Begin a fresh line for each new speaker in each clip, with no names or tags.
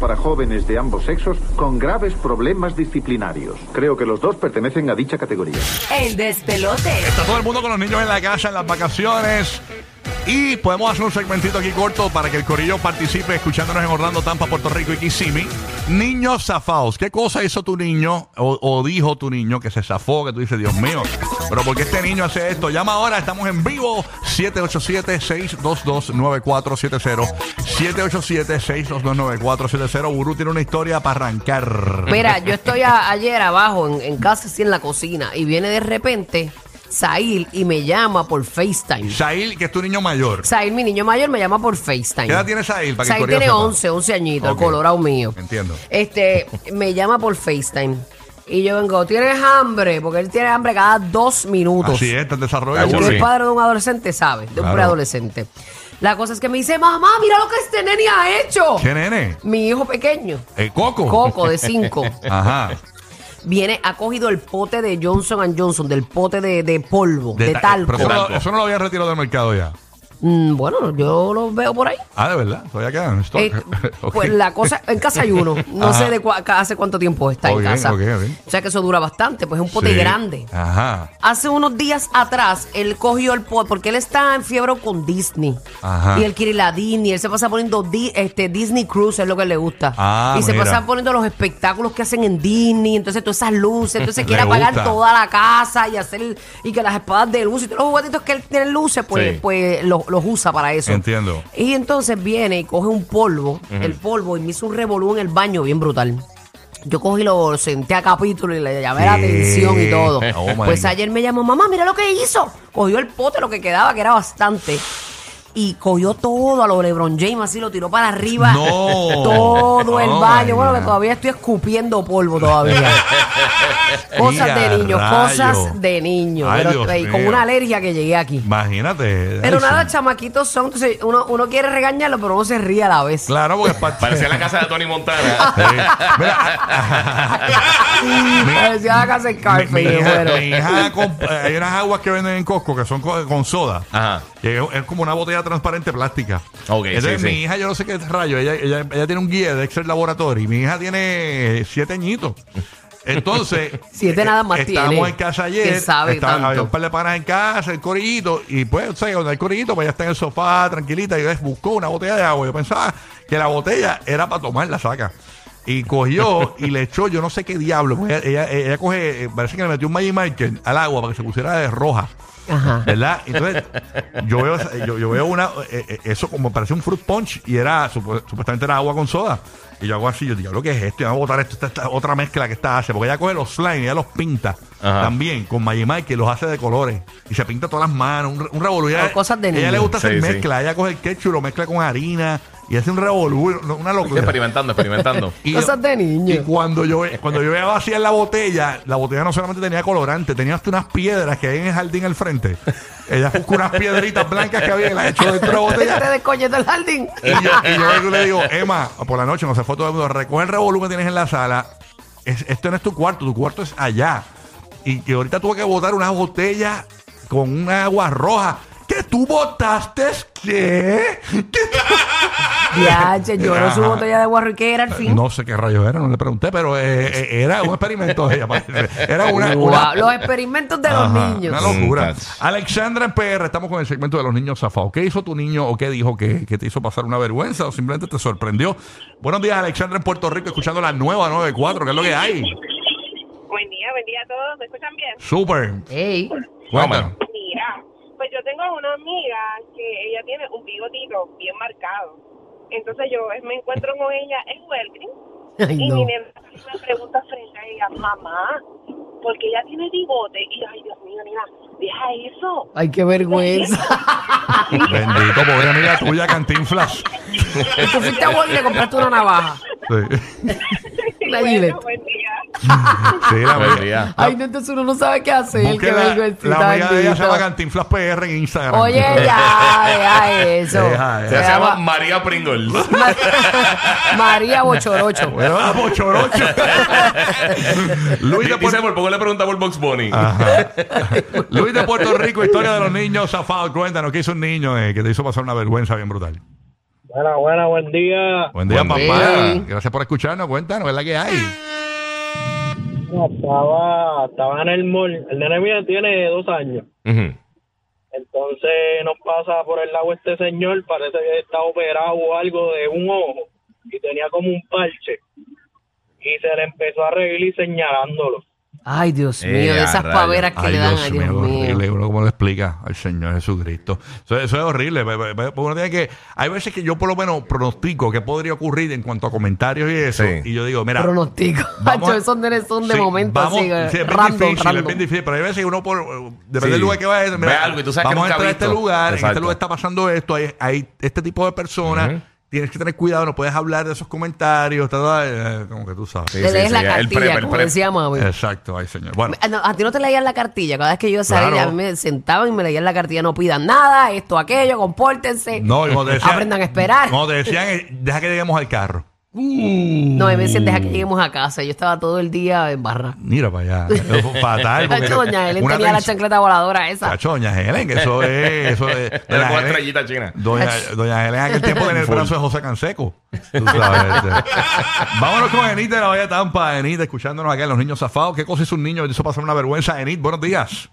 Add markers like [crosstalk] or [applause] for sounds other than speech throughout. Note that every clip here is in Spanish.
para jóvenes de ambos sexos con graves problemas disciplinarios. Creo que los dos pertenecen a dicha categoría.
El despelote.
Está todo el mundo con los niños en la casa, en las vacaciones. Y podemos hacer un segmentito aquí corto para que el corillo participe escuchándonos en Orlando, Tampa, Puerto Rico y Kissimmee. Niños zafados. ¿Qué cosa hizo tu niño o, o dijo tu niño que se zafó? Que tú dices, Dios mío, pero ¿por qué este niño hace esto? Llama ahora, estamos en vivo. 787-622-9470. 787-622-9470. Gurú tiene una historia para arrancar.
Mira, yo estoy a- ayer abajo en, en casa, así en la cocina, y viene de repente Sail y me llama por FaceTime.
Shail, que es tu niño mayor.
Sail, mi niño mayor, me llama por FaceTime.
¿Qué edad tiene Sail? Para que el
Sail
corillo
tiene
sepa?
11, 11 añitos,
Ok.
colorado mío.
Entiendo. [laughs]
Este, me llama por FaceTime. Y yo vengo, ¿tienes hambre? Porque él tiene hambre cada dos minutos.
Así es, está en desarrollo.
El que
Gurú.
es padre de un adolescente sabe, de un
Claro.
preadolescente. La cosa es que me dice, mamá, mira lo que este nene ha hecho.
¿Qué nene?
Mi hijo pequeño,
El Eh, coco.
Coco, de 5.
[laughs] Ajá.
viene, ha cogido el pote de Johnson Johnson, del pote de, de polvo, de,
ta-
talco.
Pero eso, no- eso no lo había retirado del mercado ya.
Mm, bueno, yo lo veo por ahí.
Ah, de verdad. Todavía quedan en stock.
Eh,
[laughs] Ok.
Pues la cosa, en casa hay uno. No
Ajá.
sé de cua- hace cuánto tiempo está
Ok,
en casa.
ok, ok.
O sea que eso dura bastante, pues es un pote
Sí.
grande.
Ajá.
Hace unos días atrás, él cogió el pote, porque él está en fiebre con Disney.
Ajá.
Y él quiere la Disney, él se pasa poniendo Di- este, Disney Cruise, es lo que le gusta.
Ah,
y se
mira.
pasa poniendo los espectáculos que hacen en Disney, entonces todas esas luces,
[laughs]
entonces
Le
quiere apagar
gusta.
toda la casa y hacer, y que las espadas de luz y todos los juguetitos que él tiene luces, pues,
Sí.
pues lo- los, usa para eso.
Entiendo.
Y entonces viene y coge un polvo, el polvo, y me hizo un revolú en el baño bien brutal. Yo cogí lo senté a capítulo y le llamé la
¿Qué?
atención y todo.
[laughs] Oh, my
pues
God.
ayer me llamó, mamá, mira lo que hizo. Cogió el pote, lo que quedaba, que era bastante. Y cogió todo a lo LeBron James, así lo tiró para arriba.
No.
[laughs] Todo el
Oh, my
baño. Bueno, que
God.
todavía estoy escupiendo polvo
[laughs]
todavía. cosas de
Mira,
niños,
rayo.
cosas de niños.
Ay,
Pero,
Dios
eh, con
mío.
una alergia que llegué aquí.
Imagínate.
Pero
Ay,
nada,
sí.
chamaquitos son, entonces uno, uno quiere regañarlo, pero uno se ríe a la vez.
Claro, porque es parte. [laughs]
Parecía la casa de Tony Montana.
[laughs]
Sí. ah, Mira,
Parecía la casa de
Mi- mi
Scarface,
hija-
bueno.
mi hija comp- eh, hay unas aguas que venden en Costco que son co- con soda.
Ajá.
Que es, es como una botella transparente plástica.
Ok,
Entonces,
sí,
mi
sí.
hija, yo no sé qué rayo, ella, ella, ella tiene un guía de Excel Laboratory. Mi hija tiene siete añitos.
[laughs]
Entonces,
Siete nada más
estábamos
tiene.
en casa ayer.
¿Quién sabe
estaba-
tanto?
Había un par de panas en casa, el corillito. Y pues, o sea, cuando el corillito, pues ella está en el sofá, tranquilita. Y ella buscó una botella de agua. Yo pensaba que la botella era para tomar la saca. Y cogió
[laughs]
y le echó, yo no sé qué diablo. pues, ella, ella, ella coge, eh, parece que le metió un Magic Marker al agua para que se pusiera de roja. ¿Verdad? Entonces, yo veo, esa- yo, yo veo una, eh, eh, eso como parece un fruit punch y era, supu- supuestamente era agua con soda. Y yo hago así, yo digo, ¿lo que es esto? Yo voy a botar esto, esta, esta otra mezcla que esta hace, porque ella coge los slime, ella los pinta
Ajá.
también con Mayimai, que los hace de colores y se pinta todas las manos, un, re- un revolú. Ella-
Son Ah, cosas de
Ella le
niño.
gusta hacer
Sí, sí.
mezcla, ella coge el ketchup, lo mezcla con harina y hace un revolú, una locura.
[laughs]
experimentando, experimentando.
Y
Cosas de niño.
Y cuando yo, cuando yo veía vacía en la botella, la botella no solamente tenía colorante, tenía hasta unas piedras que hay en el jardín al frente. Ella buscó unas piedritas blancas que había y las echó dentro de la
Déjate
botella.
de coño del jardín.
Y yo, y yo vengo y le digo, Emma, por la noche no se fue todo el mundo, recoge el revolú que tienes en la sala. Es- esto no es tu cuarto, tu cuarto es allá. Y que ahorita tuve que botar una botella con una agua roja. ¿Que tú botaste? ¿Qué? ¿Qué
Diache, lloró su
Ajá.
botella de agua ¿y qué era al fin.
No sé qué rayos era, no le pregunté, pero eh, eh, era un experimento de ella. parece. Era una.
Wow,
una-
Los experimentos de
Ajá,
los niños.
Una locura.
Mm, that's-
Alexandra en PR, estamos con el segmento de los niños zafados. ¿Qué hizo tu niño o qué dijo que, que te hizo pasar una vergüenza o simplemente te sorprendió? Buenos días, Alexandra en Puerto Rico, escuchando la nueva 94, que es lo que hay.
Buen día, buen día a todos. ¿Me escuchan bien?
Súper.
Ey,
Cuéntanos.
Mira, pues yo tengo una amiga que ella tiene un bigotito bien marcado. Entonces yo eh, me encuentro con ella en Walgreens
ay,
y
no.
mi nena me pregunta frente a ella, mamá, porque ella tiene bigote. Y yo, ay, Dios mío, mira, deja eso.
Ay,
[laughs]
qué
[laughs]
vergüenza.
Bendito, pobre amiga tuya, Cantinflas.
Y tú fuiste a Walgreens y le compraste una navaja.
Sí.
Una
Bueno,
Gillette.
buen día.
Sí,
Ah,
la
Buen
amiga.
día.
Ay, no, entonces uno no sabe qué hacer. Qué
Busque la-
vergüencita,
la amiga de ella se llama
bendito.
Cantinflas PR en Instagram.
Oye, ya, deja eso.
Deja
Se
eso.
Se
llama
llama [laughs]
María Pringles.
María Bochorocho.
Bueno, Pues vamos, chorocho. [laughs] Luis de
Dice,
Puerto
por poco le pregunta por Box Bunny.
Ah.
Ajá. [laughs] Luis de Puerto Rico, historia de los niños zafados. Cuéntanos, ¿qué hizo un niño eh, que te hizo pasar una vergüenza bien brutal?
Buena, buena, buen día.
Buen día,
Buen
papá.
día.
Gracias por escucharnos. Cuéntanos, es la que hay.
Estaba, estaba en el mall. El nene mío tiene dos años.
Ujú.
Entonces nos pasa por el lado este señor, parece que está operado o algo de un ojo y tenía como un parche. Y se le empezó a reír y señalándolo.
Ay, Dios
Eh,
mío, de
a
esas
rayos.
paveras que le dan, ay, Dios mío.
horrible. Uno, ¿Cómo lo explica al Señor Jesucristo? Eso, eso es horrible. pe- pe- pe- Uno tiene que, hay veces que yo por lo menos pronostico qué podría ocurrir en cuanto a comentarios y eso.
Sí.
Y yo digo,
[laughs]
mira,
Pronostico.
Vamos
Hacho,
a-
esos nenes son de
Sí,
momento
vamos-
así,
sí, es bien
random,
difícil,
random.
es bien difícil, pero hay veces que uno por depende
Sí.
del lugar que vayas,
Ve
mira,
algo y tú sabes que
vamos a
nunca
entrar a
has
este
visto.
lugar, en
Exacto.
este lugar está pasando esto, hay, hay este tipo de personas,
Ujú.
tienes que tener cuidado, no puedes hablar de esos comentarios, ta, ta, eh, como que tú sabes.
Sí,
Le
sí,
lees
sí,
la
el
cartilla,
prep, el
como
prep.
decía mami.
Exacto, ay señor. Bueno,
Ah, no, a ti no te leían la cartilla. Cada vez que yo salía,
Claro.
a mí me sentaban y me leían la cartilla. No pidan nada, esto, aquello, compórtense.
no, y como te decían,
Aprendan a esperar.
Como te decían, eh, deja que lleguemos al carro.
No, y me decían, deja que lleguemos a casa. Yo estaba todo el día en barra.
Mira para allá,
[laughs]
eso fue fatal. porque
Hacho, doña Helen
una
tenía la
tensión-
chancleta voladora esa.
Chacho, doña Helen, que eso es, eso es.
Era
doña
con
eh.
Helen-
estrellita china.
Doña, doña Elena en aquel tiempo tenía el brazo de José Canseco. Tú sabes, este. Vámonos con Enid de la Bahía Tampa. Enid, escuchándonos acá en Los Niños Zafados. ¿Qué cosa hizo un niño? Eso pasar una vergüenza. Enid, buenos días.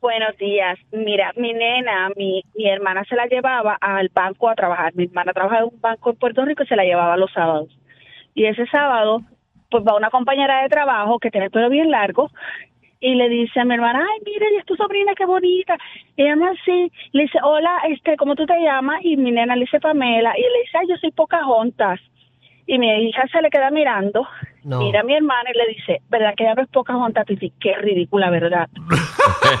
Buenos días. Mira, mi nena, mi, mi hermana se la llevaba al banco a trabajar. Mi hermana trabaja en un banco en Puerto Rico y se la llevaba los sábados. Y ese sábado, pues va una compañera de trabajo que tiene el pelo bien largo y le dice a mi hermana, ay, mira, y es tu sobrina, qué bonita. Y ella, "Ah, sí. Le dice, hola, este, ¿cómo tú te llamas? Y mi nena le dice Pamela. Y le dice, ay, yo soy Pocahontas. Y mi hija se le queda mirando,
No.
mira a mi hermana y le dice, ¿verdad que ella no es Pocahontas? Y dice, qué ridícula, ¿verdad?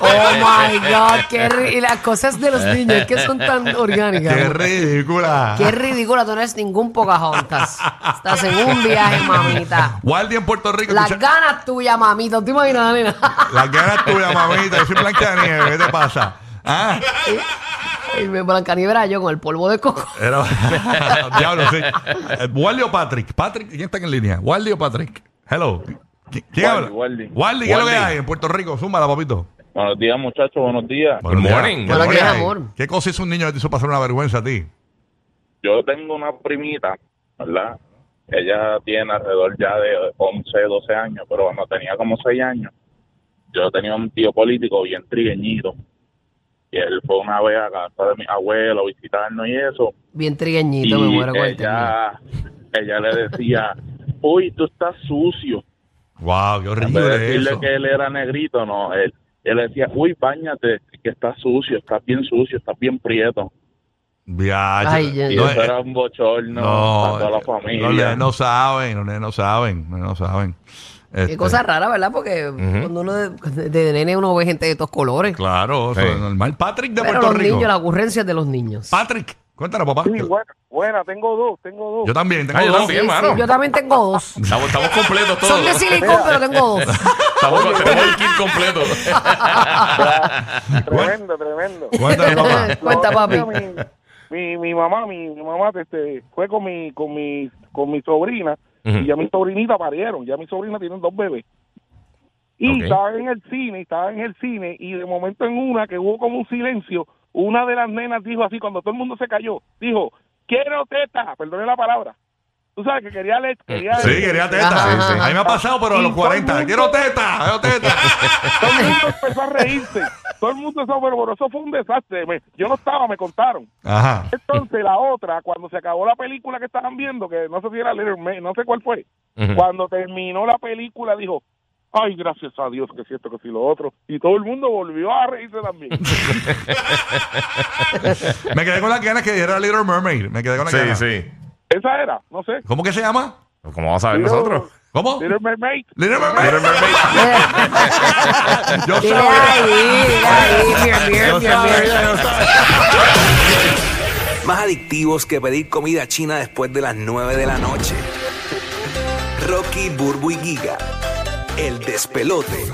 Oh my God, qué ri- y las cosas de los niños que son tan orgánicas.
[laughs] ¡Qué ridícula!
Qué ridícula, tú no eres ningún Pocahontas. Estás en un viaje, mamita.
Waldi en Puerto Rico.
Las
escucha-
ganas tuyas, mamita. ¿Te imaginas, nena?
Las ganas tuyas, mamita. Yo soy Blanca Nieve. ¿Qué te pasa? Ah,
Y me era yo con el polvo de coco.
era... [laughs] Diablo, sí. Eh, Waldi o Patrick. Patrick, ¿quién está en línea? Waldi o Patrick. Hello. ¿Qui- ¿Quién
Waldi,
habla?
Waldi.
Waldi, ¿qué es lo que
Waldi.
hay en Puerto Rico? Súmala, papito.
Buenos días, muchachos, buenos días.
Good
Buenos
morning.
días.
Good
Buenos
morning,
días.
amor.
¿Qué cosa hizo un niño que te hizo pasar una vergüenza a ti?
Yo tengo una primita, ¿verdad? Ella tiene alrededor ya de 11, 12 años, pero cuando tenía como 6 años, yo tenía un tío político bien trigueñito. Y él fue una vez a casa de mi abuelo a visitarnos y eso.
Bien trigueñito, me muero con el término.
ella, ella le decía, uy, tú estás sucio.
Wow, qué
En vez de
horrible
decirle
eso.
que él era negrito, no, él, él le decía, uy, bañate, que estás sucio, estás bien sucio, estás bien prieto.
Viaje.
Ay, ya,
Y
No,
eso era un bochorno para toda la
eh, Los nenes
familia.
no saben, los nenes no saben, los nenes no saben. Este,
Qué cosa rara, ¿verdad? Porque cuando uno de, de nene uno ve gente de estos colores.
Claro, eso
Sí.
es normal. Patrick de
Pero
Puerto
los
Rico. Ah,
niños, la ocurrencia de los niños.
Patrick, cuéntanos, papá.
Sí, buena, buena, tengo dos, tengo dos.
Yo también, tengo
Ah, yo
dos.
también, mano.
yo también tengo dos.
Estamos, estamos completos todos.
Son de silicón, pero tengo
[laughs]
dos. [laughs]
Estamos, tenemos el kit completo.
Tremendo, tremendo.
Cuéntanos, papá.
[laughs]
La otra,
Cuenta, papi.
Mi, mi, mi mamá, mi, mi mamá este, fue con mi, con mi, con mi sobrina y ya mi sobrinita parieron, ya mi sobrina tiene dos bebés. Y
Ok.
estaba en el cine, estaba en el cine y de momento en una que hubo como un silencio, una de las nenas dijo así cuando todo el mundo se cayó, dijo, quiero teta, perdone la palabra. Tú sabes que quería leche, quería
Sí,
leche.
quería teta.
Ajá,
Sí, sí.
A mí me ha pasado, pero a
Y
los
todo
40.
el mundo-
Quiero teta, quiero
[laughs]
teta.
Todo el mundo empezó a reírse. Todo el mundo empezó, pero, pero eso fue un desastre. Me- yo no estaba, me contaron.
Ajá.
Entonces la otra, cuando se acabó la película que estaban viendo, que no sé si era Little Man, no sé cuál fue,
Ujú.
cuando terminó la película dijo, ay, gracias a Dios que si esto, que si lo otro. Y todo el mundo volvió a reírse también.
Me quedé con las ganas que dijera Little Mermaid. Me quedé con las
Sí,
ganas.
sí.
Esa era, no sé.
¿Cómo que se llama?
¿Cómo vamos a ver
Little-
nosotros?
¿Cómo?
Little Mermaid.
Little Mermaid. [laughs] Yo
Dile
sabía.
ahí, dile ahí, mier, mier,
Yo
mier, mier.
sabía, yo sabía.
Más adictivos que pedir comida china después de las 9 de la noche. Rocky, Burbu y Giga. El despelote.